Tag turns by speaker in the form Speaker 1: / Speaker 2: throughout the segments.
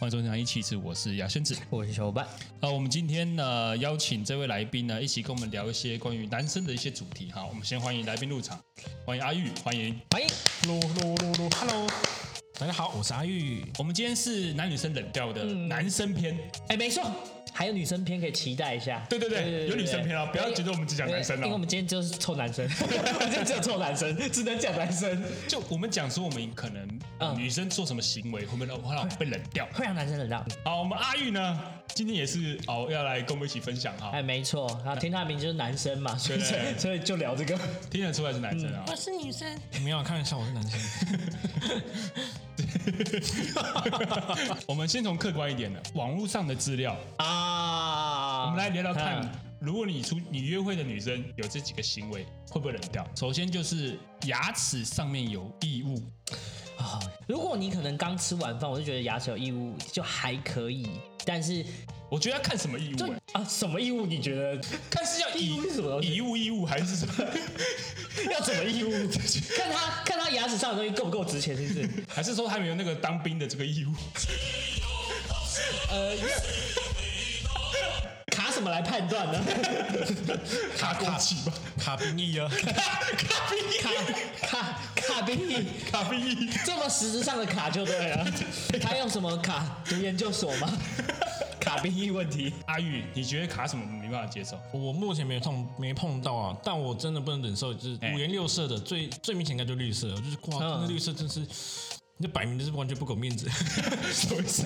Speaker 1: 欢迎收听《一起子》，我是牙仙子。
Speaker 2: 我是小伴，
Speaker 1: 那我们今天呢，邀请这位来宾呢，一起跟我们聊一些关于男生的一些主题哈。我们先欢迎来宾入场，欢迎阿玉，欢迎。
Speaker 2: 欢迎。
Speaker 3: 噜噜噜噜，Hello，大家好，我是阿玉。
Speaker 1: 我们今天是男女生冷调的
Speaker 3: 嗯
Speaker 1: 男生篇，
Speaker 2: 哎，没错，还有女生篇可以期待一下。
Speaker 1: 对对对有女生篇啊不要觉得我们只讲男生啊
Speaker 2: 哎因为因为我们今天就是臭男生， 我们今天只有臭男生，只能讲男生，
Speaker 1: 就我们讲说我们可能呃
Speaker 2: 嗯
Speaker 1: 女生做什么行为会不会让会让我们被冷掉。
Speaker 2: 会让男生冷到。
Speaker 1: 好，我们阿玉呢，今天也是哦要来跟我们一起分享哈
Speaker 2: 哎，，没错，然后听他的名字就是男生嘛，所以
Speaker 1: 对
Speaker 2: 所以就聊这个。
Speaker 1: 听得出来是男生啊。
Speaker 2: 嗯我是女生，
Speaker 3: 你们要啊看一下我是男 生，
Speaker 1: 我们先从客观一点的网络上的资料，
Speaker 2: 啊，
Speaker 1: 我们来聊聊看
Speaker 2: 嗯，
Speaker 1: 如果你出你约会的女生有这几个行为，会不会冷掉？首先就是牙齿上面有异物，
Speaker 2: 啊。如果你可能刚吃完饭，我就觉得牙齿有异物，就还可以。但是
Speaker 1: 我觉得要看什么异物、
Speaker 2: 就
Speaker 1: 欸，
Speaker 2: 啊，什么异物？你觉得
Speaker 1: 看是要
Speaker 2: 异物是什么东西
Speaker 1: 异物异物还是什么？
Speaker 2: 要怎么异物？看他看他牙齿上的东西够不够值钱，是不 是？
Speaker 1: 还是说他没有那个当兵的这个义务？
Speaker 2: 呃，卡什么来判断呢？
Speaker 1: 卡过气吧，
Speaker 3: 卡宾役啊，
Speaker 1: 卡兵
Speaker 2: 卡卡卡宾役，
Speaker 1: 卡兵役，
Speaker 2: 这么实质上的卡就对了。他用什么卡？读研究所吗？卡宾役问题。
Speaker 1: 阿玉，你觉得卡什么没办法接受？
Speaker 3: 我目前没碰没碰到啊，但我真的不能忍受，就是
Speaker 1: 哎
Speaker 3: 五颜六色的，最最明显应该就绿色，我就是哇，
Speaker 2: 嗯
Speaker 3: 那绿色真是，那摆明就是完全不给我面子。
Speaker 1: 什么意思？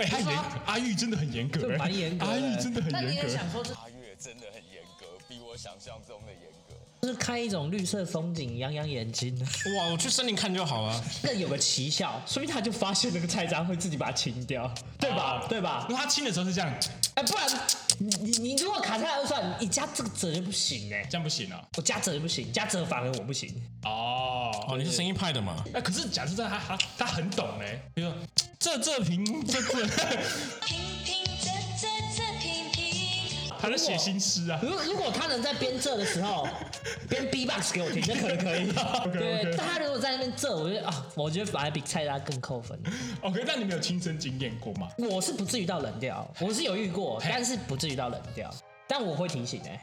Speaker 1: 哎、他
Speaker 2: 他
Speaker 1: 严
Speaker 2: 说
Speaker 1: 阿玉真的很严格、
Speaker 2: 这
Speaker 1: 欸，
Speaker 2: 蛮严格的
Speaker 1: 阿玉真的很
Speaker 4: 那你
Speaker 1: 严
Speaker 4: 也
Speaker 1: 格。
Speaker 4: 想说这
Speaker 5: 阿月真的很严格，比我想象中的严格。
Speaker 2: 就是看一种绿色风景，养养眼睛。
Speaker 3: 哇，我去森林看就好了。
Speaker 2: 那有个奇效，说明他就发现那个菜渣会自己把它清掉，对吧？
Speaker 1: 哦
Speaker 2: 对吧？
Speaker 1: 那他亲的时候是这样，
Speaker 2: 哎、不然你你你如果卡在二算，你加这个折就不行哎、
Speaker 1: 这样不行啊。
Speaker 2: 我加折就不行，加折反而我不行。
Speaker 1: 哦，
Speaker 3: 哦，你是生意派的 嘛？
Speaker 1: 那可是假设他他他很懂哎、比如说这这瓶这这，
Speaker 6: 平平仄仄仄平平。
Speaker 1: 他在写新诗啊。
Speaker 2: 如果如果他能在边这的时候边 B box 给我听，那可能可 以。
Speaker 1: OK，OK
Speaker 2: 对，但他如果在那边这，我觉得啊，我觉得反而比菜渣更扣分。
Speaker 1: OK，那你们有亲身经验过吗？
Speaker 2: 我是不至于到冷掉，我是有遇过，但是不至于到冷掉。但我会提醒哎、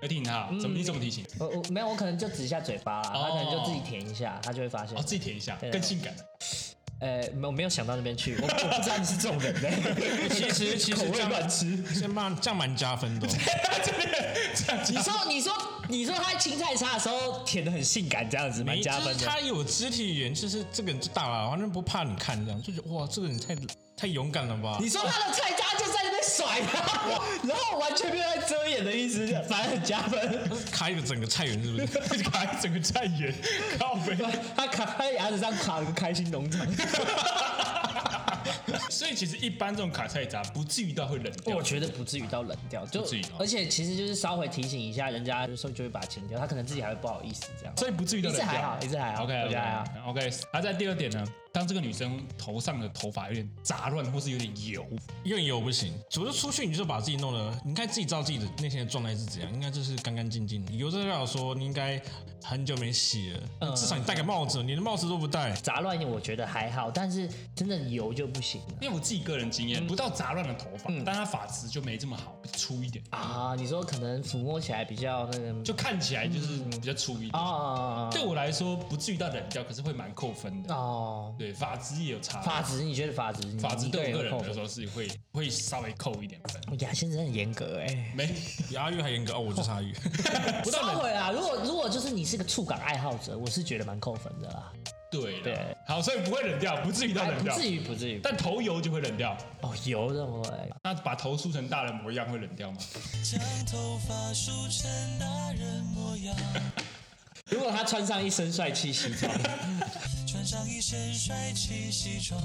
Speaker 1: 要提醒他，怎么你怎么提醒？
Speaker 2: 我我没有，我可能就指一下嘴巴啦，
Speaker 1: 哦
Speaker 2: 他可能就自己舔一下，他就会发现
Speaker 1: 哦，。自己舔一下，
Speaker 2: 对
Speaker 1: 更性感的。
Speaker 2: 呃，没我没有想到那边 去，我我不知道你是这种人欸呢、
Speaker 3: 其实其
Speaker 2: 口
Speaker 3: 实
Speaker 2: 味
Speaker 3: 这样
Speaker 2: 乱吃。
Speaker 3: 这样蛮这样蛮加分的 哦、
Speaker 1: 这样
Speaker 2: 你
Speaker 1: 讲，
Speaker 2: 说你说你说他青菜沙的时候舔的很性感，这样子蛮加分
Speaker 3: 哎就是
Speaker 2: 的。
Speaker 3: 他有肢体语言，就是这个人就大了，反正不怕你看这样，就觉得哇，这个人太太勇敢了吧？
Speaker 2: 你说他的菜渣就在那边甩他，然后完全没有在遮掩的意思，反而很加分。
Speaker 3: 卡一个整个菜园是不是？
Speaker 1: 卡一整个菜园，靠背。
Speaker 2: 他卡他在牙齿上卡了个开心农场，
Speaker 1: 所以其实一般这种卡菜渣不至于到会冷掉。
Speaker 2: 我觉得不至于到冷掉，就
Speaker 1: 不至于哦
Speaker 2: 而且其实就是稍微提醒一下人家，有时候就会把它清掉，他可能自己还会不好意思这样。
Speaker 1: 所以不至于到冷掉。
Speaker 2: 一次还好一次还好
Speaker 1: OK
Speaker 2: 我觉得还
Speaker 1: OK OK。而在第二点呢，当这个女生头上的头发有点杂乱，或是有点油，
Speaker 3: 因为油不行，主要是出去你就把自己弄得，你应该自己知道自己的内心的状态是怎样，应该就是干干净净。油这代表说你应该很久没洗了，
Speaker 2: 嗯
Speaker 3: 至少你戴个帽子，你的帽子都不戴。
Speaker 2: 杂乱一点我觉得还好，但是真的油就不行了。
Speaker 1: 因为我自己个人经
Speaker 2: 嗯
Speaker 1: 验，不到杂乱的头发，但她发质就没这么好，粗一点。
Speaker 2: 啊，你说可能抚摸起来比较那个，
Speaker 1: 就看起来就是比较粗一点。
Speaker 2: 嗯啊，
Speaker 1: 对我来说不至于到冷掉，可是会蛮扣分的。
Speaker 2: 哦，
Speaker 1: 对，发质也有差，
Speaker 2: 法值你觉得法值？你
Speaker 1: 发质
Speaker 2: 你
Speaker 1: 对我个人
Speaker 2: 人会嗯扣
Speaker 1: 来
Speaker 2: 分
Speaker 1: 说是会会稍微扣一点分。
Speaker 2: 哦牙仙真的很严格哎、
Speaker 1: 没，
Speaker 3: 比阿玉还严格哦，我就是阿玉。
Speaker 1: 不到
Speaker 2: 收
Speaker 1: 冷
Speaker 2: 回啦。如果如果就是你是个触感爱好者，我是觉得蛮扣分的啦，
Speaker 1: 对啦
Speaker 2: 对
Speaker 1: 好，所以不会冷掉，不至于到
Speaker 2: 哎
Speaker 1: 冷
Speaker 2: 不
Speaker 1: 掉，
Speaker 2: 至于不至于。
Speaker 1: 但头油就会冷掉。
Speaker 2: 哦，油的我哎
Speaker 1: 那把头梳成大人模样会冷掉吗？
Speaker 7: 将头发梳成大人模样，
Speaker 2: 如果他穿上一身帅 气西装，
Speaker 7: 穿上一身帅气西装，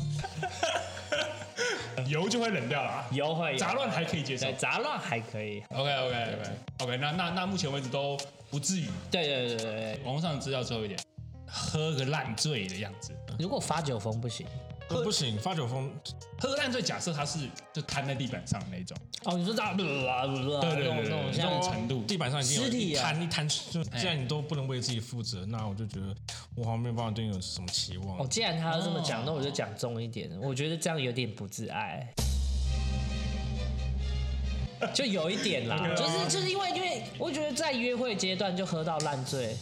Speaker 1: 油就会冷掉了啊。
Speaker 2: 油会有
Speaker 1: 杂乱还可以接受
Speaker 2: 对。杂乱还可以。
Speaker 1: OK OK OK OK，那那那目前为止都不至于。
Speaker 2: 对对对对对，
Speaker 1: 网络上的资料最后一点，喝个烂醉的样子。
Speaker 2: 如果发酒疯不行
Speaker 3: 我不行，发酒疯，
Speaker 1: 喝个烂醉，假设他是就瘫在地板上的那种，
Speaker 2: 哦，你说这 样，对
Speaker 1: 对
Speaker 2: 对
Speaker 1: 对对
Speaker 2: 那种
Speaker 1: 对
Speaker 2: 像
Speaker 1: 程度
Speaker 3: 地板上已经有
Speaker 2: 尸体
Speaker 3: 一
Speaker 2: 啊
Speaker 3: 滩一滩，就既然你都不能为自己负责，那我就觉得我好像没有办法对你有什么期望。
Speaker 2: 哦，既然他要这么讲，那我就讲重一点。我觉得这样有点不自爱，就有一点 啦，就是就是因为因为我觉得在约会阶段就喝到烂醉，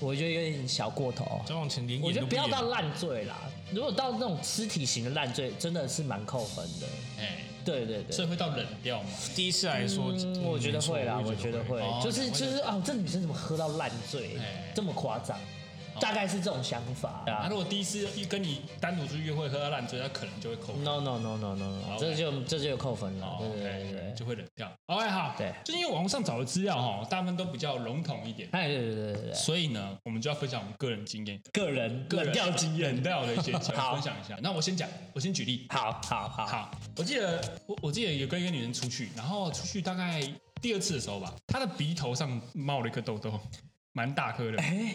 Speaker 2: 我觉得有点小过头。
Speaker 3: 交往前连
Speaker 2: 我
Speaker 3: 演
Speaker 2: 觉
Speaker 3: 都
Speaker 2: 得不要
Speaker 3: 演
Speaker 2: 到烂醉啦，如果到那种尸体型的烂醉，真的是蛮扣分的。
Speaker 1: 哎，
Speaker 2: 对对对，
Speaker 1: 所以会到冷掉嘛？
Speaker 3: 第一次来说，
Speaker 2: 嗯我觉得会啦，我
Speaker 3: 我
Speaker 2: 觉得会
Speaker 1: 哦，
Speaker 2: 就是
Speaker 1: 你会
Speaker 2: 就是啊，这女生怎么喝到烂醉
Speaker 1: 哎，
Speaker 2: 这么夸张？大概是这种想法
Speaker 1: 那、
Speaker 2: 哦啊
Speaker 1: 如。果第一次跟你单独出去约会喝到烂醉，那可能就会扣分。
Speaker 2: No no no no no，no，
Speaker 1: 好
Speaker 2: 这就这就有扣分了
Speaker 1: 哦，
Speaker 2: 对对对
Speaker 1: OK，
Speaker 2: 对。
Speaker 1: 就会冷掉。OK，好，
Speaker 2: 对
Speaker 1: 就因为网络上找的资料哈，大部分都比较笼统一点，
Speaker 2: 哎，对对对对对，
Speaker 1: 所以呢，我们就要分享我们个人经验、
Speaker 2: 个人
Speaker 1: 个人
Speaker 2: 冷掉经验
Speaker 1: 冷，掉的一些经验
Speaker 2: 好
Speaker 1: 分享一下。那我先讲，我先举例。
Speaker 2: 好好好，
Speaker 1: 好，我记得我我记得有跟一个女人出去，然后出去大概第二次的时候吧，她的鼻头上冒了一颗痘痘，蛮大颗的，
Speaker 2: 哎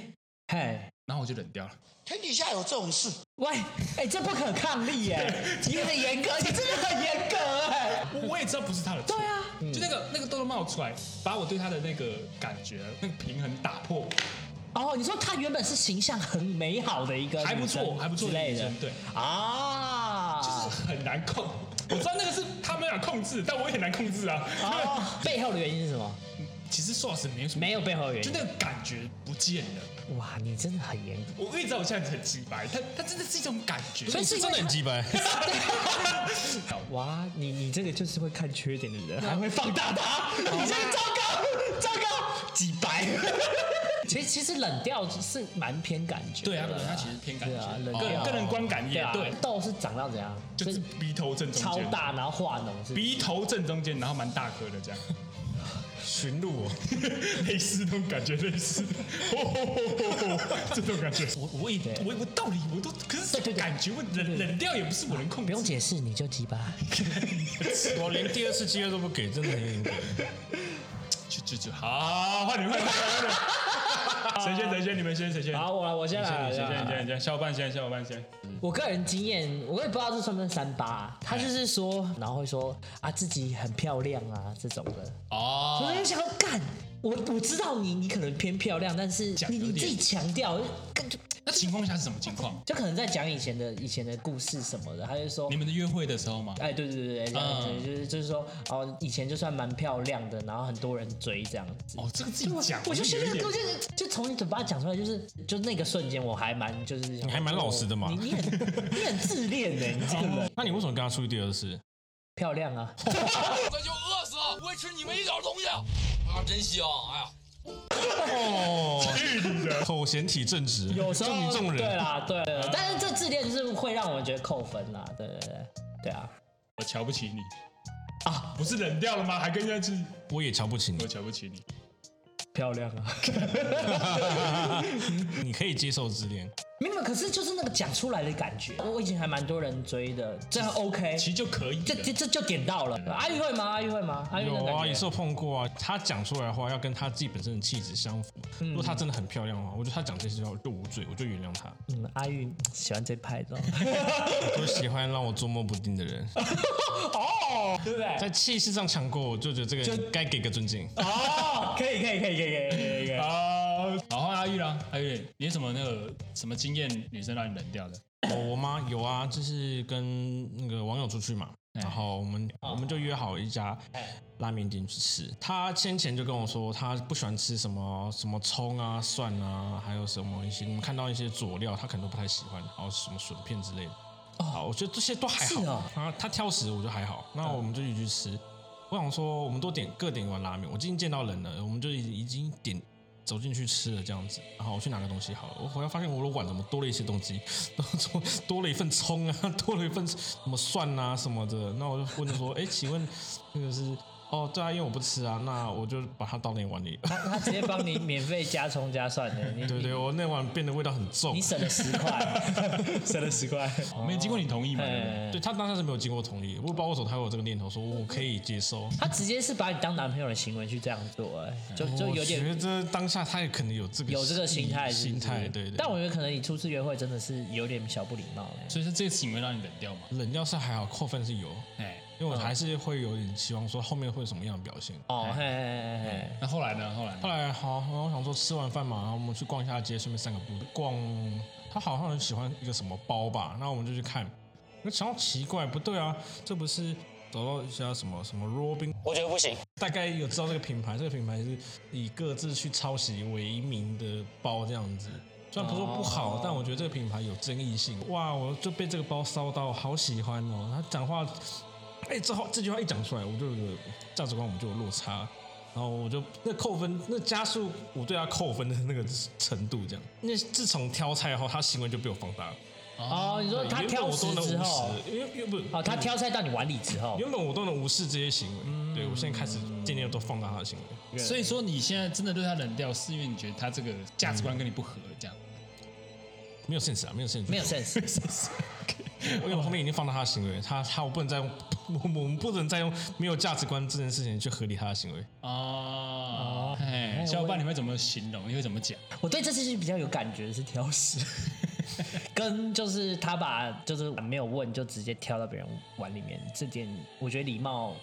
Speaker 2: 嘿，
Speaker 1: 然后我就冷掉了。
Speaker 4: 天底下有这种事？
Speaker 2: 喂，哎，这不可抗力 耶，你很严格，你真的很严格哎，
Speaker 1: 我我也知道不是她的错，对啊，就那
Speaker 2: 嗯
Speaker 1: 个那个痘痘冒出来，把我对她的那个感觉那个平衡打破。
Speaker 2: 哦，你说她原本是形象很美好的一个
Speaker 1: 还不
Speaker 2: 呃女生
Speaker 1: 错还不错
Speaker 2: 之
Speaker 1: 的
Speaker 2: 类
Speaker 1: 女
Speaker 2: 的
Speaker 1: 生，对
Speaker 2: 啊，
Speaker 1: 就是很难控。我知道那个是他们想控制，但我也很难控制啊。
Speaker 2: 哦， 背后的原因是什么？
Speaker 1: 其实说老实没有什么，
Speaker 2: 没有背后的原
Speaker 1: 就
Speaker 2: 因
Speaker 1: 那。个感觉不见了。
Speaker 2: 哇，你真的很严格。
Speaker 1: 我一直知道我现在很鸡白，它它真的是一种感觉。
Speaker 2: 所以是
Speaker 3: 是真的很鸡哎掰。
Speaker 2: 哇，你你这个就是会看缺点的 人，还会放大它。 你这个糟糕， 糟糕，几白。其实其实冷调是蛮偏感觉的
Speaker 1: 对
Speaker 2: 啦。
Speaker 1: 啊，对啊它其实偏感
Speaker 2: 对啊，冷
Speaker 1: 觉，个人
Speaker 2: 调
Speaker 1: 个人观感也
Speaker 2: 啊
Speaker 1: 对，
Speaker 2: 豆是长到怎样？
Speaker 1: 就是鼻头正中
Speaker 2: 超
Speaker 1: 间，
Speaker 2: 大，然后化脓是不是。
Speaker 1: 鼻头正中间，然后蛮大颗的这样，
Speaker 3: 寻 路哦，
Speaker 1: 类似那种感觉，类似，这种感觉。我我也
Speaker 2: 对
Speaker 1: 我我道理我都，可是
Speaker 2: 对对对
Speaker 1: 感觉我冷冷掉也不是我能控
Speaker 2: 不
Speaker 1: 制
Speaker 2: 用。解释，你就鸡巴。
Speaker 3: 我连第二次机会都不给，真的很严格。
Speaker 1: 去去去，好，换你换你换你，谁先谁先，你们先谁先？
Speaker 2: 好，我来，我先
Speaker 1: 你先
Speaker 2: 来，
Speaker 1: 你先
Speaker 2: 我
Speaker 1: 你先
Speaker 2: 先来
Speaker 1: 你先你先，小伙伴先小伙伴先。
Speaker 2: 我个人经验，我也不知道这算不算三八、啊，他就是说，然后会说啊自己很漂亮啊这种的，
Speaker 1: 哦，
Speaker 2: 我就想要干。我我知道你，你可能偏漂亮，但是
Speaker 1: 讲
Speaker 2: 你
Speaker 1: 有
Speaker 2: 你
Speaker 1: 点
Speaker 2: 自己强调，就就
Speaker 1: 那情况下是什么情况？
Speaker 2: 就可能在讲以前的以前的故事什么的，他就说
Speaker 1: 你，们的约会的时候吗？
Speaker 2: 哎，对对对对，这样子
Speaker 1: 嗯
Speaker 2: 就是就是说，哦，以前就算蛮漂亮的，然后很多人追这样子。
Speaker 1: 哦，这个自己
Speaker 2: 我
Speaker 1: 讲，
Speaker 2: 我就现
Speaker 1: 有
Speaker 2: 在
Speaker 1: 一点
Speaker 2: 就就是就从你嘴巴讲出来，就是就那个瞬间，我还蛮就是你
Speaker 3: 还蛮老实的嘛
Speaker 2: 你你很你很自恋的，你这个人
Speaker 3: 那你为什么跟他出去第二次？
Speaker 2: 漂亮啊，
Speaker 5: 那就饿死了，我也吃你们一点东西啊，真香！哎呀，
Speaker 3: 哦，口嫌体正直，
Speaker 2: 有时候
Speaker 3: 重于众
Speaker 2: 对啊
Speaker 3: 人。
Speaker 2: 啦对对，对但是这自恋是会让我觉得扣分啦，对对对对啊。
Speaker 1: 我瞧不起你啊！不是冷掉了吗？还跟人家去？
Speaker 3: 我也瞧不起
Speaker 1: 我
Speaker 3: 你，
Speaker 1: 瞧不起你。
Speaker 2: 漂亮啊！
Speaker 3: 你可以接受自恋，
Speaker 2: 没有，可是就是那个讲出来的感觉。我以前还蛮多人追的，这样 OK，
Speaker 1: 其实就可以
Speaker 2: 这这
Speaker 1: 了。
Speaker 2: 这就点到了。阿玉会吗？阿玉会吗？阿玉那
Speaker 3: 有
Speaker 2: 感
Speaker 3: 啊，
Speaker 2: 觉
Speaker 3: 也是有碰过啊。他讲出来的话要跟他自己本身的气质相符。
Speaker 2: 嗯
Speaker 3: 如果他真的很漂亮的话，我觉得他讲这些话我就无罪，我就原谅他。
Speaker 2: 嗯，阿玉喜欢这派 的，
Speaker 3: 我喜欢让我捉摸不定 的人，
Speaker 2: 对不对？
Speaker 3: 在气势上强过我，就觉得这个人该给个尊敬。
Speaker 2: 哦， 可以可以可以可以可以可以可以。
Speaker 1: 好，然后阿玉啦，阿玉，你有什么那个什么经验，女生让你冷掉的？
Speaker 3: 哦，我妈有啊，就是跟那个网友出去嘛，
Speaker 2: 哎
Speaker 3: 然后我们、我们就约好一家拉面店去吃。她先前就跟我说，她不喜欢吃什么什么葱啊、蒜啊，还有什么一些你们看到一些佐料，她可能都不太喜欢，然后什么笋片之类的。哦，我觉得这些都还好
Speaker 2: 是哦。嗯
Speaker 3: 她她挑食，我觉得还好。那我们就一起去吃。我想说，我们都点各点一碗拉面。我今天见到人了，我们就已已经点走进去吃了这样子。然后我去拿个东西好了，我回来发现我的碗怎么多了一些东西， 然后多多了一份葱啊， 多了一份什么蒜啊什么的。那我就问说，哎，请问那个是？哦，对啊，因为我不吃啊，那我就把它倒那碗里。
Speaker 2: 他他直接帮你免费加葱加蒜的，你
Speaker 3: 对对，我那碗变得味道很重
Speaker 2: 你。省了十块， 省了十块。
Speaker 1: 没有经过你同意嘛？对不对
Speaker 2: 哎
Speaker 3: 对他当下是没有经过同意，我不知道为什么他有这个念头，说我可以接受。
Speaker 2: 他直接是把你当男朋友的行为去这样做，哎，就就有点
Speaker 3: 我觉得当下他也可能有这个
Speaker 2: 有这个心态是不是，
Speaker 3: 心态对对。
Speaker 2: 但我觉得可能你初次约会真的是有点小不礼貌了。欸
Speaker 1: 所以说这个行为让你冷掉嘛？
Speaker 3: 冷掉是还好，扣分是有。
Speaker 1: 哎，
Speaker 3: 因
Speaker 2: 嗯
Speaker 3: 为我还是会有点期望说后面会有什么样的表现。
Speaker 2: 哦，嘿嘿嘿嘿，
Speaker 3: 哎
Speaker 1: 那后来呢？后来呢
Speaker 3: 后来好，然后我想说吃完饭嘛，然后我们去逛一下街，顺便散个步。逛，他好像很喜欢一个什么包吧，那我们就去看。那想到奇怪，不对啊，这不是找到一家什么什么 Robin，
Speaker 4: 我觉得不行。
Speaker 3: 大概有知道这个品牌，这个品牌是以各自去抄袭为名的包这样子。虽然不是说不好，但我觉得这个品牌有争议性。哇，我就被这个包烧到，好喜欢哦。他讲话，哎、这话这句话一讲出来，我就有价值观我们就有落差。然后我就那扣分，那加速我对他扣分的那个程度，这样。那自从挑菜后，他行为就被我放大了。
Speaker 2: 哦，你说他
Speaker 3: 原本
Speaker 2: 挑
Speaker 3: 我
Speaker 2: 食
Speaker 3: 都能
Speaker 2: 之
Speaker 3: 无
Speaker 2: 后，
Speaker 3: 视，因为因为不
Speaker 2: 哦，他挑菜到你碗里之后，
Speaker 3: 原本我都能无视这些行为，对我现在开始渐渐都放大他的行为。
Speaker 1: 所以说你现在真的对他冷掉，是因为你觉得他这个价值观跟你不合，这样。
Speaker 3: 没有 sense 啊，没有 sense，
Speaker 2: 没有 sense，
Speaker 3: 因为我后面已经放大他的行为，他他我不能再用，我我们不能再用没有价值观这件事情去合理他的行为。
Speaker 1: 哦，哎
Speaker 2: 哎，
Speaker 1: 小伙伴，
Speaker 2: 我
Speaker 1: 你会怎么形容？你会怎么讲？
Speaker 2: 我对这件事情比较有感觉的是挑食，跟就是他把就是没有问就直接挑到别人碗里面，这点我觉得礼貌，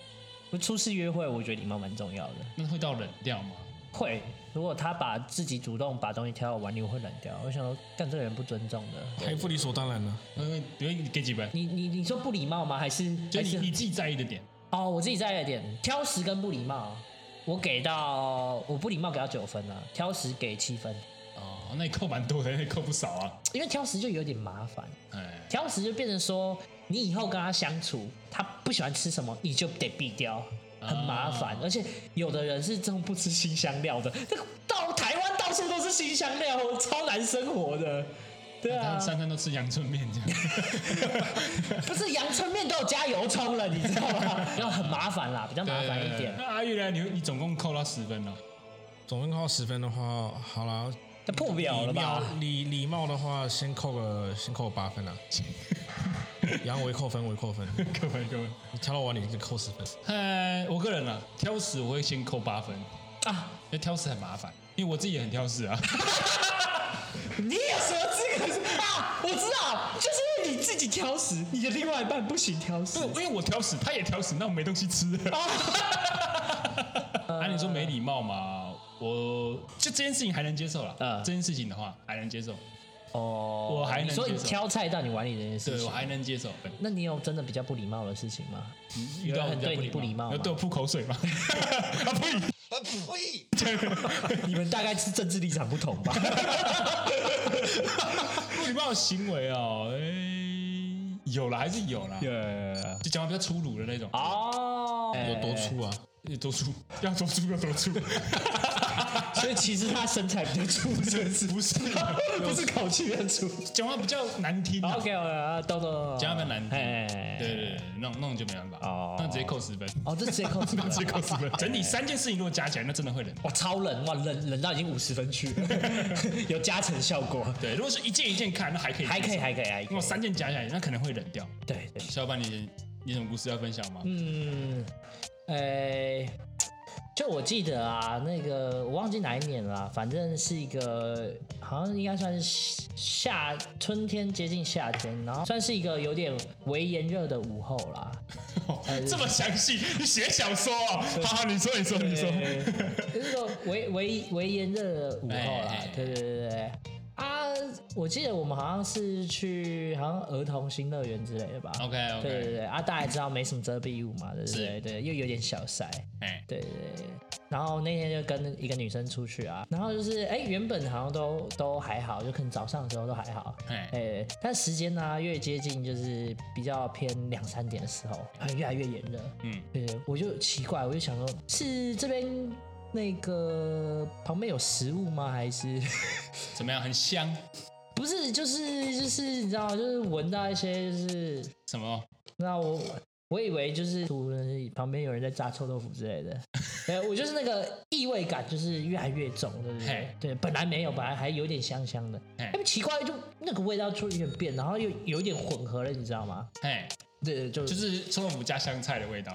Speaker 2: 初次约会我觉得礼貌蛮重要的。
Speaker 1: 那会到冷掉吗？
Speaker 2: 会，如果他把自己主动把东西挑到碗里，我会冷掉。我想说，干这个人不尊重的。
Speaker 3: 还不理所当然啊
Speaker 1: 会
Speaker 3: 呢、
Speaker 1: 会你会给几分？
Speaker 2: 你你你说不礼貌吗？还是
Speaker 1: 就
Speaker 2: 还
Speaker 1: 你
Speaker 2: 是
Speaker 1: 你自己在意的点，
Speaker 2: 哦，我自己在一点挑食跟不礼貌，我给到我不礼貌给到九分啊，挑食给七分，
Speaker 1: 哦，那你扣蛮多的，那你扣不少啊。
Speaker 2: 因为挑食就有点麻烦，
Speaker 1: 哎，
Speaker 2: 挑食就变成说你以后跟他相处，他不喜欢吃什么你就得避掉，很麻烦，
Speaker 1: 啊
Speaker 2: 而且有的人是真的不吃新香料的，那个到台湾到处都是新香料，超难生活的。对啊
Speaker 1: 他，三餐都吃阳春面这样。
Speaker 2: 不是阳春面都有加油葱了，你知道吗？ 要很麻烦啦，比较麻烦一点。
Speaker 1: 那阿玉呢？你你总共扣到十分了，
Speaker 3: 总分扣十分的话，好啦，
Speaker 2: 那破表了
Speaker 3: 礼貌
Speaker 2: 吧？
Speaker 3: 礼礼貌的话，先扣个先扣 八分啊。然后我一扣分，我一扣分，
Speaker 1: 各位各位。
Speaker 3: 你挑到碗里就扣十分。
Speaker 1: 呃，我个人啊，挑食我会先扣八分，
Speaker 2: 啊，
Speaker 1: 因为挑食很麻烦，因为我自己也很挑食啊。
Speaker 2: 你有什么资格啊？我知道，就是因为你自己挑食，你的另外一半不行挑食
Speaker 1: 不，。因为我挑食，他也挑食，那我没东西 吃。啊，你说没礼貌嘛？我就这件事情还能接受了。
Speaker 2: 嗯
Speaker 1: 这件事情的话还能接受，
Speaker 2: 哦
Speaker 1: 我还能
Speaker 2: 你说你
Speaker 1: 接受
Speaker 2: 挑菜到你碗里这件事
Speaker 1: 对
Speaker 2: 情，
Speaker 1: 我还能接受。
Speaker 2: 那你有真的比较不礼貌的事情吗？
Speaker 1: 遇到人家
Speaker 2: 有人对你不礼貌吗
Speaker 1: 要对我吐口水吗？啊呸！
Speaker 4: 呃，呸！
Speaker 2: 你们大概是政治立场不同 吧？
Speaker 1: 不礼貌的行为哦，哎，有啦，还是有啦，就讲话比较粗鲁的那种，
Speaker 2: 哦，
Speaker 3: 有多粗啊？
Speaker 2: 哎
Speaker 1: 要多粗，要多粗要多粗，
Speaker 2: 所以其实他身材比较粗， 是不是？
Speaker 1: 不是
Speaker 2: 不是口气变粗。
Speaker 1: 讲话比较难听啊。
Speaker 2: OK，啊，懂懂懂。
Speaker 1: 加分难听
Speaker 2: 哎，
Speaker 1: 对对对，那种那种就没办法，
Speaker 2: 哦
Speaker 1: 那直接扣十分，
Speaker 2: 哦， 这直接扣
Speaker 1: 那直接扣十分。整体
Speaker 2: 体
Speaker 1: 三件事情如果加起来，那真的会冷。
Speaker 2: 哇，哦超冷哇，冷冷到已经五十分 去了，有加成效果，
Speaker 1: 对，如果是一件一件看，那还可以，
Speaker 2: 还可以，。还可以，还
Speaker 1: 如
Speaker 2: 可
Speaker 1: 果
Speaker 2: 以。
Speaker 1: 三件加起来，那可能会冷掉。
Speaker 2: 对对，
Speaker 1: 小伙伴，你你有什么故事要分享吗？
Speaker 2: 嗯，呃、就我记得啊，那个我忘记哪一年了啊、反正是一个好像应该算是夏春天接近夏天，然后算是一个有点微炎热的午后啦。
Speaker 1: 这么详细，你写小说啊？好好，你说，你说，你说。
Speaker 2: 就是说维维维炎热的午后啦
Speaker 1: 哎哎哎，
Speaker 2: 对对对对。啊，我记得我们好像是去好像儿童新乐园之类的吧。
Speaker 1: OK
Speaker 2: 对对
Speaker 1: OK，
Speaker 2: 对，啊，大家也知道没什么遮蔽物嘛，对不
Speaker 1: 是
Speaker 2: 对？对，又有点小晒，
Speaker 1: 哎，
Speaker 2: 对对对。然后那天就跟一个女生出去啊，然后就是哎，原本好像都都还好，就可能早上的时候都还好，
Speaker 1: 哎
Speaker 2: 哎，但时间呢、越接近就是比较偏两三点的时候，很越来越炎热，
Speaker 1: 嗯，
Speaker 2: 对，我就奇怪，我就想说，是这边那个旁边有食物吗？还是
Speaker 1: 怎么样？很香？
Speaker 2: 不是？就是就是你知道，就是闻到一些就是
Speaker 1: 什么？
Speaker 2: 那我我以为就是旁边有人在炸臭豆腐之类的，呃，我就是那个异味感就是越来越重，对不
Speaker 1: 嘿
Speaker 2: 对？对，本来没有，本来还有点香香的，
Speaker 1: 嘿
Speaker 2: 哎，奇怪，就那个味道突然有点变，然后又有一点混合了，你知道吗？
Speaker 1: 哎，
Speaker 2: 对对，就
Speaker 1: 就是臭豆腐加香菜的味道。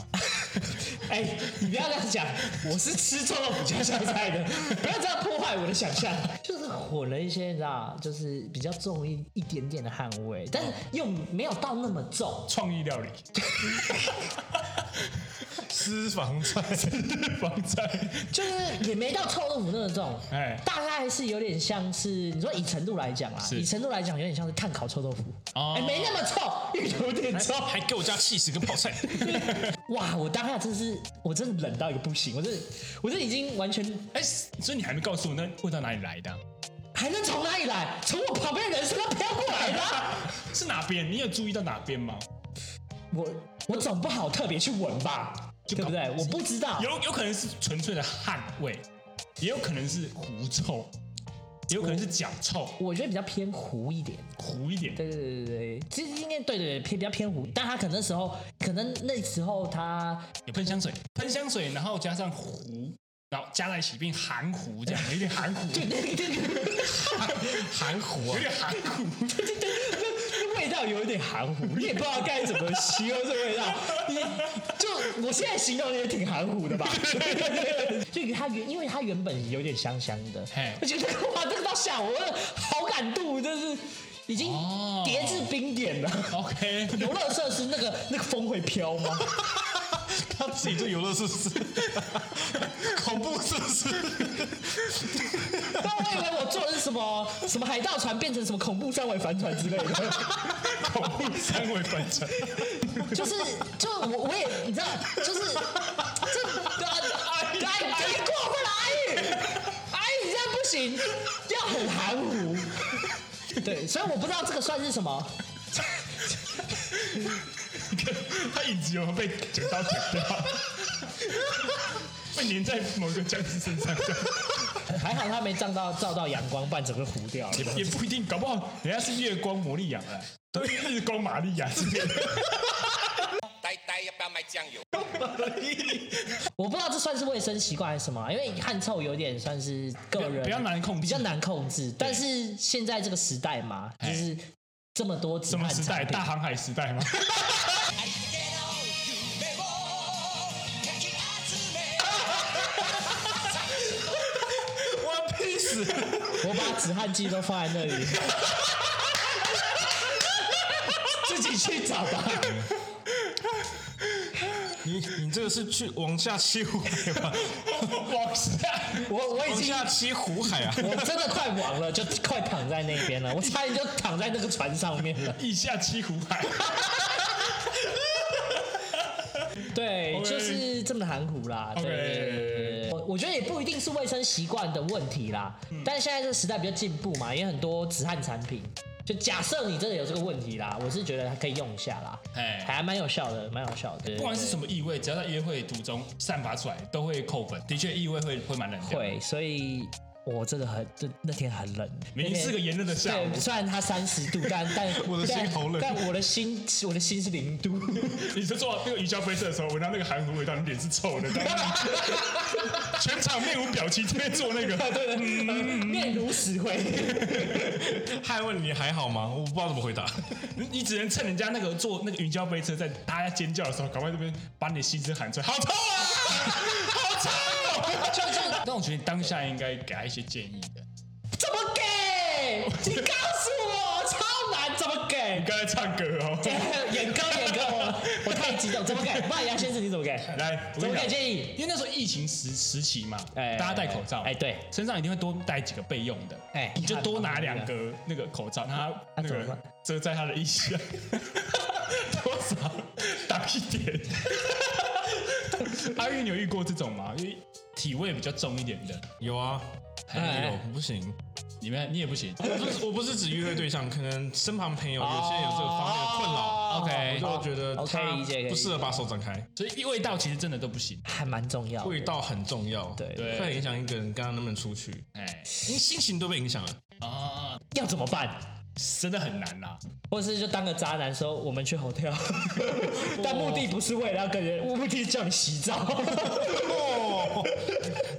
Speaker 2: 哎、你不要这样讲，我是吃臭豆腐加香菜的，不要这样破坏我的想象。就是混了一些，你知道，就是比较重一一点点的汗味，但是
Speaker 1: 哦
Speaker 2: 又没有到那么重。
Speaker 1: 创意 料理，
Speaker 3: 私房 菜，
Speaker 1: 房菜，
Speaker 2: 就是也没到臭豆腐那种，
Speaker 1: 哎
Speaker 2: 大概是有点像是你说以程度来讲啦，
Speaker 1: 是
Speaker 2: 以程度来讲有点像是碳烤臭豆腐，
Speaker 1: 哦
Speaker 2: 哎、没那么臭，又有点臭。
Speaker 3: 还给我加气死跟泡菜，
Speaker 2: 哇，哎我当下真是，我真的冷到一个不行，我这我这已经完全
Speaker 1: 哎，所以你还没告诉我那味道哪里来的啊、
Speaker 2: 还能从哪里来？从我旁边的人身上飘过来的啊、
Speaker 1: 是哪边？你有注意到哪边吗？
Speaker 2: 我我总不好特别去闻吧，
Speaker 1: 就
Speaker 2: 对不对？我不知道，
Speaker 1: 有有可能是纯粹的汗味，也有可能是狐臭，也有可能是脚臭，
Speaker 2: 我觉得比较偏糊一点。
Speaker 1: 糊一点。
Speaker 2: 对对对对对，其实应该对对对偏比较偏糊，但他可能那时候可能那时候他
Speaker 1: 有喷香水，喷香水，然后加上糊，然后加在一起变含糊，这样有点含糊，
Speaker 2: 对对对对
Speaker 3: 含糊啊
Speaker 1: 有，点含糊。
Speaker 2: 那味道有一点含糊，你也不知道该怎么形容这味道。你就我现在形容的也挺含糊的吧？ 就它原因为它原本有点香香的
Speaker 1: 嘿，
Speaker 2: 我觉得哇，这个到下午我的好感度真是已经
Speaker 1: 哦
Speaker 2: 叠至冰点了。
Speaker 1: OK，
Speaker 2: 游乐设施那个那个风会飘 吗？
Speaker 3: 他自己做游乐设施，恐怖设施，
Speaker 2: 但我以为我做的是什么什么海盗船变成什么恐怖三维帆船之类的。
Speaker 1: 恐怖三维反转，
Speaker 2: 就是就我我也你知道，就是 这
Speaker 1: 啊
Speaker 2: 哎哎哎过不来，哎你这样不行，要很含糊。对，所以我不知道这个算是什么。
Speaker 1: 他影子有没有被剪刀剪掉？ 被粘在某个僵尸身上，
Speaker 2: 还好它没照到照到阳光，不然整个糊掉了。
Speaker 1: 也不一定，搞不好人家是月光魔力养的，对，日光玛利亚之类的。
Speaker 5: 呆呆要不要卖酱油？
Speaker 2: 我不知道这算是卫生习惯还是什么，啊因为汗臭有点算是个人
Speaker 1: 比较难控制
Speaker 2: 比较难控制。但是现在这个时代嘛，就是这么多止
Speaker 1: 什么
Speaker 2: 汗
Speaker 1: 时代？
Speaker 2: 产品
Speaker 1: 大航海时代吗？
Speaker 3: 我要屁死！
Speaker 2: 我把止汗剂都放在那 里，自己去找吧。
Speaker 3: 你你这个是去往下切 湖海吗？
Speaker 1: 往下，
Speaker 2: 我我已
Speaker 3: 往
Speaker 2: 经
Speaker 3: 下切湖海啊！
Speaker 2: 我真的快亡了，就快躺在那边了，我差点就躺在那个船上面了。
Speaker 1: 以下七湖海。
Speaker 2: 对
Speaker 1: OK
Speaker 2: 就是这么含糊啦。
Speaker 1: OK
Speaker 2: 对，嗯我我觉得也不一定是卫生习惯的问题啦，但现在这个时代比较进步嘛，也很多止汗产品。就假设你真的有这个问题啦，我是觉得可以用一下啦，
Speaker 1: 哎
Speaker 2: 还蛮有效的，蛮有效的。
Speaker 1: 不管是什么异味，只要在约会途中散发出来，都会扣分。的确，异味会会蛮冷掉。
Speaker 2: 会，所以我真的很，这那天很冷，
Speaker 1: 明明是个炎热的下午
Speaker 2: 对，虽然它三十度，但 但
Speaker 3: 我的心
Speaker 2: 但
Speaker 3: 好冷
Speaker 2: 但我的心 我的心是零度。
Speaker 1: 你就做那个云霄飞车的时候，闻到那个含糊味道，你脸是臭 的，当然全场面无表情，这边做 那个。
Speaker 2: 对对对，面如死灰。
Speaker 3: 还问你还好吗？我不知道怎么回答。
Speaker 1: 你你只能趁人家那个坐那个云霄飞车在大家尖叫的时候，赶快这边把你的心声喊出来，好臭啊，好 臭！啊
Speaker 3: 啊
Speaker 1: 但我觉得你当下应该给他一些建议的。
Speaker 2: 怎么给？你告诉我，超难，怎么给
Speaker 1: 你？刚才唱歌哦，
Speaker 2: 演歌演歌，我我太激动，怎么给？不然杨先生你怎么给？
Speaker 1: 来，我
Speaker 2: 怎
Speaker 1: 跟你
Speaker 2: 么给
Speaker 1: 讲
Speaker 2: 建议？
Speaker 1: 因为那时候疫情时时期嘛，
Speaker 2: 哎
Speaker 1: 大家戴口罩，
Speaker 2: 哎对
Speaker 1: 身上一定会多带几个备用的，
Speaker 2: 哎
Speaker 1: 你就多拿两个那个口罩，让它那
Speaker 2: 怎么
Speaker 1: 个
Speaker 2: 办
Speaker 1: 遮在他的腋下， 多少挡一点。阿玉，你有遇过这种吗？因为体味比较重一点的，
Speaker 3: 有啊，
Speaker 2: 哎
Speaker 3: 有不行。
Speaker 1: 你们你也不行。
Speaker 3: 我不是我不是指约会对象，可能身旁朋友有些有这个方面的困扰。
Speaker 2: 哦 OK
Speaker 3: 我就觉得
Speaker 2: 好，OK，理解可以
Speaker 3: 他不适合把手展开，
Speaker 1: 所以味道其实真的都不行。
Speaker 2: 还蛮重要的，
Speaker 3: 味道很重要，
Speaker 2: 对
Speaker 1: 对
Speaker 3: 会影响一个人刚刚能不能出去，
Speaker 1: 哎
Speaker 3: 因为心情都被影响了。
Speaker 1: 啊，
Speaker 2: 要怎么办？
Speaker 1: 真的很难啊啦。
Speaker 2: 或是就当个渣男说我们去 hotel，但目的不是为了要跟人，目的叫你洗澡。
Speaker 3: 哦，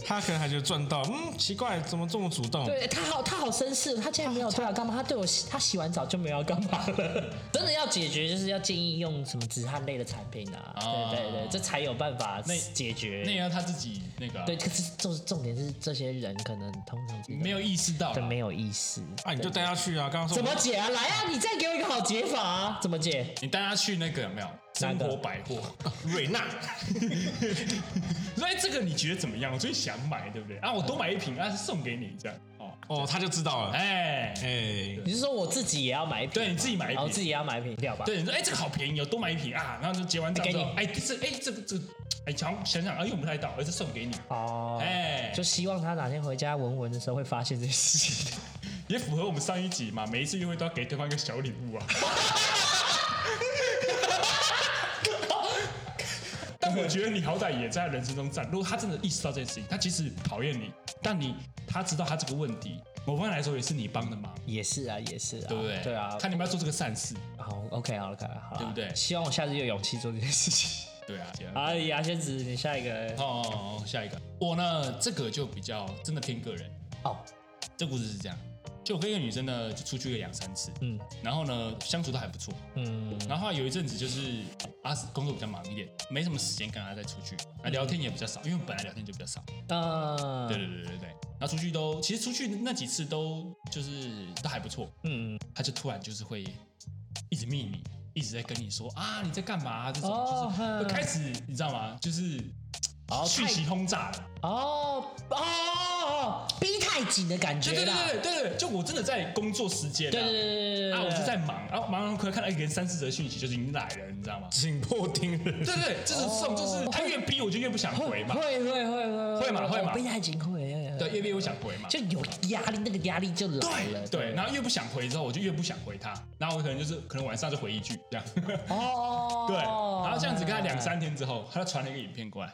Speaker 3: 他可能还觉得赚到，嗯，奇怪，怎么这么主动？
Speaker 2: 对他好，他好绅士，他竟然没有对我干嘛，他对我洗他洗完澡就没有要干嘛了。 真的要解决，就是要建议用什么止汗类的产品啊，
Speaker 1: 哦
Speaker 2: 对对对，这才有办法
Speaker 1: 那
Speaker 2: 解
Speaker 1: 那也
Speaker 2: 决。
Speaker 1: 要他自己那个啊、
Speaker 2: 对，可是重重点是这些人可能通常真的
Speaker 1: 没有意识到啦
Speaker 2: 对没哦有意思。
Speaker 3: 啊，你就带他去啊，刚刚说
Speaker 2: 怎么解啊？来啊，你再给我一个好解法啊！怎么解？
Speaker 1: 你带他去那个有没有
Speaker 2: 哪
Speaker 1: 生
Speaker 2: 个
Speaker 1: 活百 货瑞娜？所以这个你觉得怎么样？我最想买，对不对？啊，我多买一瓶，啊，送给你这样哦。
Speaker 3: 哦，他就知道了，
Speaker 1: 哎、
Speaker 3: 哎，？
Speaker 2: 你是说我自己也要买一瓶吗？
Speaker 1: 对你自己买一瓶
Speaker 2: 然后哦自己也要买一瓶掉吧。
Speaker 1: 对，你说哎、这个好便宜哦，多买一瓶啊，然后就结完账之后，哎、这哎、这个这个，哎、想想想，哎、用不太到，而是送给你，
Speaker 2: 哦，
Speaker 1: 哎、
Speaker 2: 就希望他哪天回家闻闻的时候会发现这件事情。
Speaker 1: 也符合我们上一集嘛，每一次约会都要给对方一个小礼物啊。 但我觉得你好歹也在人生中站，如果他真的意识到这件事情，他即使讨厌你，但你他知道他这个问题，某方面来说也是你帮的忙，
Speaker 2: 也是啊，也是啊，
Speaker 1: 对不对？
Speaker 2: 对啊，
Speaker 1: 看你们要做这个善事，
Speaker 2: 好，OK，好了，好了，好了，
Speaker 1: 对不对
Speaker 2: 希望我下次有勇气做这件 事情。
Speaker 1: 对啊。啊
Speaker 2: 啊，牙仙子，你下一个
Speaker 1: 哦哦哦，下一个我呢，这个就比较真的偏个人。
Speaker 2: 哦，
Speaker 1: 这故事是这样，就我跟一个女生呢，就出去个两三次，
Speaker 2: 嗯
Speaker 1: 然后呢相处都还不错，
Speaker 2: 嗯
Speaker 1: 然后后来有一阵子就是阿斯工作比较忙一点，没什么时间跟他再出去，那聊天也比较少，因为我本来聊天就比较少。
Speaker 2: 啊，
Speaker 1: 对对对对对。然后出去都，其实出去那几次都就是都还不错，
Speaker 2: 嗯，
Speaker 1: 他就突然就是会一直密你，一直在跟你说啊你在干嘛、这种，
Speaker 2: 哦
Speaker 1: 就是会
Speaker 2: 哼
Speaker 1: 开始你知道吗？就是
Speaker 2: 哦
Speaker 1: 讯
Speaker 2: 太
Speaker 1: 息轰炸了。
Speaker 2: 哦哦哦，逼太紧的感觉
Speaker 1: 对对
Speaker 2: 啦，
Speaker 1: 对对对对，就我真的在工作时间、啊，
Speaker 2: 对对对对
Speaker 1: 啊，我就
Speaker 2: 就
Speaker 1: 在忙，然后忙完回来看到一个人三四则讯息，就是已经来了，你知道吗
Speaker 3: 紧迫盯人，
Speaker 1: 对对，对就是这种，
Speaker 2: 哦
Speaker 1: 就是他越逼我就越不想回
Speaker 2: 会
Speaker 1: 嘛
Speaker 2: 会，会会哦
Speaker 1: 会嘛会嘛
Speaker 2: 逼太紧会，
Speaker 1: 对，，越逼我想回嘛。
Speaker 2: 就有压力，那个压力就来了，
Speaker 1: 对，然后越不想回之后，我就越不想回他，然后我可能就是可能晚上就回一句这样，
Speaker 2: 哦，
Speaker 1: 对，然后这样子跟他两三天之后，他就传了一个影片过来，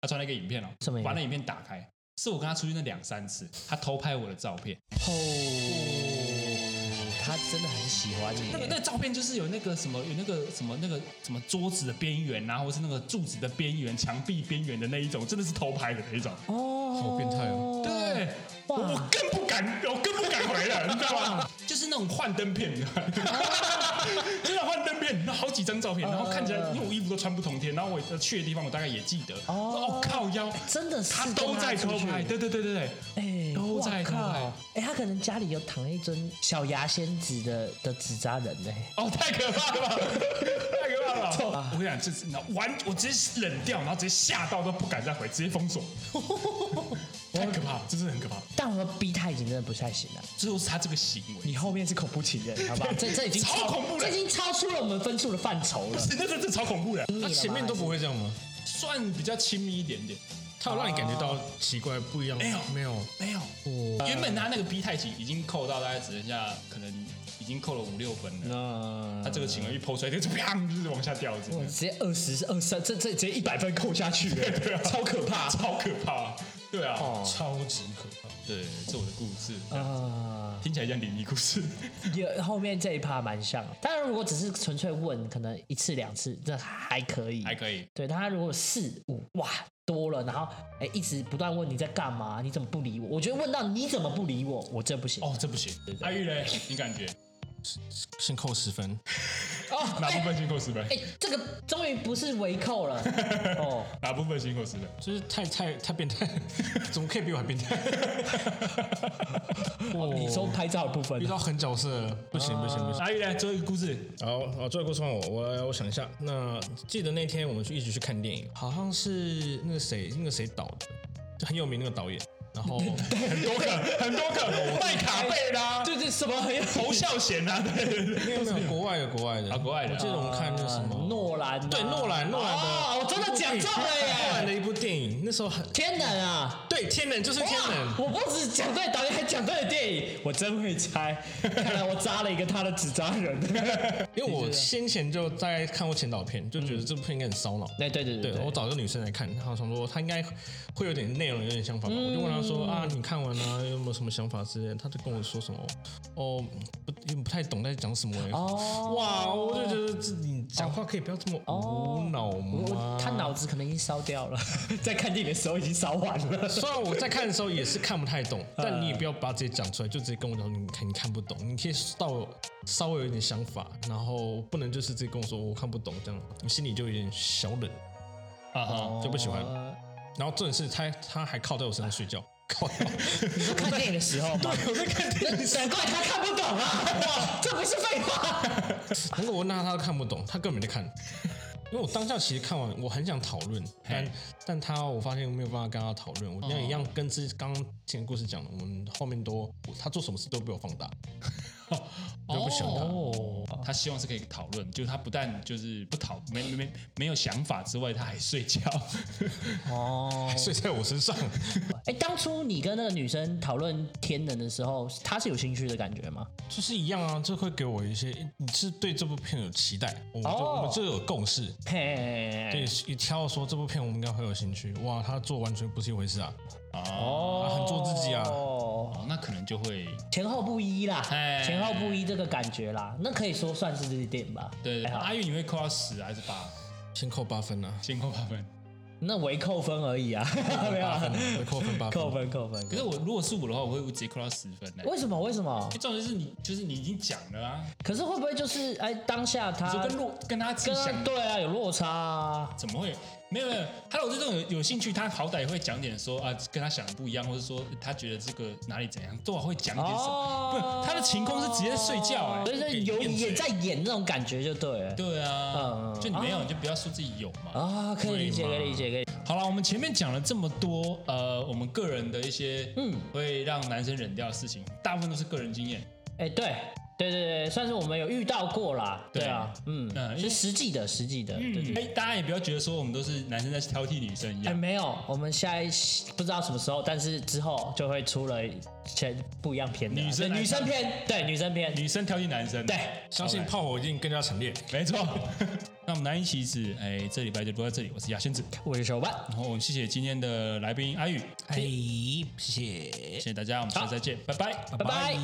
Speaker 1: 他传了一个影片哦，
Speaker 2: 什么影片
Speaker 1: 把那影片打开，是我跟他出去那两三次，他偷拍我的照片，
Speaker 2: 哦，他真的很喜欢你
Speaker 1: 那个那个照片就是有那个什么有那个什么那个什么桌子的边缘啊，或是那个柱子的边缘、墙壁边缘的那一种，真的是偷拍的那一种，
Speaker 2: 哦，
Speaker 3: 好变态哦，
Speaker 1: 对，我
Speaker 2: 哇
Speaker 1: 我更不敢，我更不敢回了，你知道吗？ 就是那种幻灯片， 真的幻灯片，那好几张照片，然后看起来，因为我衣服都穿不同天，然后我呃去的地方我大概也记得，
Speaker 2: 哦
Speaker 1: 哦靠腰，
Speaker 2: 真的是
Speaker 1: 他都在偷拍，对对对对对，
Speaker 2: 哎，
Speaker 1: 都在偷拍
Speaker 2: 哇靠哎，他可能家里有躺一尊小牙仙子的的纸扎人呢，
Speaker 1: 哦太可怕 了吧，太可怕了吧，我跟你讲，就是你知道完，我直接冷掉，然后直接吓到都不敢再回，直接封锁，太可怕了，这真的很可怕，
Speaker 2: 但我们逼太紧真的不太行了。
Speaker 1: 这就是他这个行为，
Speaker 2: 你后面是恐怖情人，好吧？ 这这已经
Speaker 1: 超恐怖了
Speaker 2: 这已经超出了我们分数的范畴了。
Speaker 1: 这这这超恐怖的，
Speaker 2: 你了
Speaker 3: 他
Speaker 2: 吗
Speaker 3: 前面都不会这样吗？
Speaker 1: 算比较亲密一点点。
Speaker 3: 他
Speaker 2: 啊
Speaker 3: 有让你感觉到奇怪不一样？
Speaker 1: 没有
Speaker 3: 没有，
Speaker 1: 没有，原本他那个逼太紧，已经扣到大概只剩下可能已经扣了五六分了。
Speaker 2: 那
Speaker 1: 他这个行为一抛出来，就是砰，就是往下掉，真
Speaker 2: 我
Speaker 1: 的
Speaker 2: 直接二十二三，这这直接一百分扣下去了，
Speaker 1: 对啊
Speaker 2: 超可怕。
Speaker 1: 超可怕。对啊，
Speaker 2: 哦
Speaker 3: 超级可怕，
Speaker 1: 对，这是我的故事，
Speaker 2: 啊，
Speaker 1: 听起来像灵异故事。
Speaker 2: 也后面这一趴蛮像的。当然，如果只是纯粹问，可能一次两次，这还可 以，
Speaker 1: 还可以。
Speaker 2: 对，但他如果四五哇多了，然后哎一直不断问你在干嘛，你怎么不理我？我觉得问到你怎么不理我，我这不行。
Speaker 1: 哦，这不行。阿玉嘞，你感觉
Speaker 3: 先扣十分，
Speaker 2: 哦
Speaker 1: 哪部分辛苦十分
Speaker 2: 哎、？这个终于不是围扣 了哦，
Speaker 1: 哪部分辛苦十分？
Speaker 3: 就是太太太变态， 怎么可以比我还变态？ 哦
Speaker 2: 你说拍照的部分
Speaker 3: 遇到狠角色了，不行不行不行。
Speaker 1: 阿玉嘞，最后一个故事，
Speaker 3: 啊好好，最后一个故事换我，我我想一下。那记得那天我们去一起去看电影，好像是那个谁，那个谁导的，就很有名那个导演。然 后
Speaker 1: 很多 个，很多个，麦卡贝 啦，
Speaker 2: 对对什么很有
Speaker 1: 侯孝贤啊，对对对
Speaker 3: 没有没有国外的国外的
Speaker 1: 啊国外的
Speaker 3: 我记得我们看那个什么
Speaker 2: 呃诺兰、啊，
Speaker 3: 对诺兰诺兰啊的
Speaker 2: 哦，我真的讲中了
Speaker 3: 诺 兰
Speaker 2: 耶！
Speaker 3: 的一部电影，那时候很
Speaker 2: 天能啊！
Speaker 3: 对天人就是 天
Speaker 2: 哇！
Speaker 3: 人，
Speaker 2: 我不止讲对导演，还讲对了电影，我真会 猜。看来我扎了一个他的纸扎人。
Speaker 3: 因为我先前就在看过前导片，就觉得这部片应该很烧脑。
Speaker 2: 哎对对对
Speaker 3: 哦
Speaker 2: 嗯
Speaker 3: 对我找一个女生来看，然后想说她应该会有点内容有点想法吧，我就问她他说啊，你看完了有没有什么想法之类的？他就跟我说什么哦，不也不太懂在讲什么欸。
Speaker 2: 哦
Speaker 3: 哇，我就觉得自己讲话可以不要这么无脑
Speaker 2: 我
Speaker 3: 吗
Speaker 2: 我？他脑子可能已经烧掉了，在看电影的时候已经烧完了。
Speaker 3: 虽然我在看的时候也是看不太 懂，但你也不要把自己讲出来，就直接跟我讲说你看你看不懂，你可以到稍微有点想法，然后不能就是直接跟我说我看不懂这样，我心里就有点小冷，
Speaker 1: 啊哈，
Speaker 3: 哦就不喜欢。然后重点是他他还靠在我身上睡觉， 靠腰，
Speaker 2: 你说看电影的时候吗？
Speaker 3: 我在看电视，
Speaker 2: 难怪他看不懂啊！这不是废话。
Speaker 3: 那个我那他都看不懂，他根本没看。因为我当下其实看完，我很想讨论，但但他我发现没有办法跟他讨论。我那一样跟之刚刚前故事讲的，我们后面都他做什么事都被我放大，我就不喜欢他。
Speaker 1: 哦，他希望是可以讨论，就是他不但就是不讨没没没没有想法之外，他还睡 觉。
Speaker 2: 哦，
Speaker 3: 睡在我身上。
Speaker 2: 哎，当初你跟那个女生讨论天能的时候，她是有兴趣的感觉吗？
Speaker 3: 就是一样啊，这会给我一些，你是对这部片有期待，我们就、
Speaker 2: 哦
Speaker 3: 我们就有共识。
Speaker 2: 嘿，
Speaker 3: 对，，一挑说这部片我们应该会有兴趣。哇，他做完全不是一回事啊！
Speaker 2: 哦
Speaker 3: 啊很做自己啊
Speaker 1: 哦，那可能就会
Speaker 2: 前后不一啦，
Speaker 1: 哎
Speaker 2: 前后不一这个感觉啦，那可以说算是这点吧。
Speaker 1: 对
Speaker 2: 还好
Speaker 1: 阿玉，你会扣到十还是八？
Speaker 3: 先扣八分啊，
Speaker 1: 先扣八分。
Speaker 2: 那微扣分而已啊，没有
Speaker 3: 八
Speaker 2: 啊
Speaker 3: 分，啊，会扣分八分。
Speaker 2: 扣分扣分。
Speaker 1: 可是我如果是我的话，我会直接扣到十分的。因
Speaker 2: 为什么？为什么
Speaker 1: 为？重点是你，就是你已经讲了啊，
Speaker 2: 可是会不会就是哎，当下
Speaker 1: 你
Speaker 2: 他
Speaker 1: 说跟落跟他自己想
Speaker 2: 跟对啊有落差啊？
Speaker 1: 怎么会？没有没有，他有这种有有兴趣，他好歹也会讲点说啊，跟他想的不一样，或者说他觉得这个哪里怎样，多少会讲点什么。不，他的情况是直接睡觉、哎，
Speaker 2: 所以是有
Speaker 1: 给面子
Speaker 2: 也在演那种感觉就对了。
Speaker 1: 对啊
Speaker 2: 嗯，
Speaker 1: 就你没有，你就不要说自己有嘛。
Speaker 2: 啊，可以理解，
Speaker 3: 对嘛
Speaker 2: 可以理解，可以理解。
Speaker 1: 好了，我们前面讲了这么多，呃，我们个人的一些
Speaker 2: 嗯
Speaker 1: 会让男生忍掉的事情，大部分都是个人经验。
Speaker 2: 哎，对。对对对，算是我们有遇到过啦，
Speaker 1: 对
Speaker 2: 对啊，嗯，
Speaker 1: 嗯因为
Speaker 2: 是实际的，实际的，对对对
Speaker 1: 嗯，哎，大家也不要觉得说我们都是男生在挑剔女生一
Speaker 2: 哎、
Speaker 1: 样。
Speaker 2: 没有，我们下一期不知道什么时候，但是之后就会出了全不一样片的啊
Speaker 1: 女生
Speaker 2: 对
Speaker 1: 来
Speaker 2: 女生
Speaker 1: 看
Speaker 2: 片，对女生片，
Speaker 1: 女生挑剔男生，
Speaker 2: 对，
Speaker 3: 相信炮火一定更加惨烈。
Speaker 1: 没错。 那我们难以启齿，哎，这礼拜就播到这里。我是牙仙子，
Speaker 2: 我是手办，
Speaker 1: 然后我们谢谢今天的来宾阿宇，
Speaker 3: 哎，谢谢
Speaker 1: 谢谢大家，我们下次再见，拜拜，
Speaker 2: 拜拜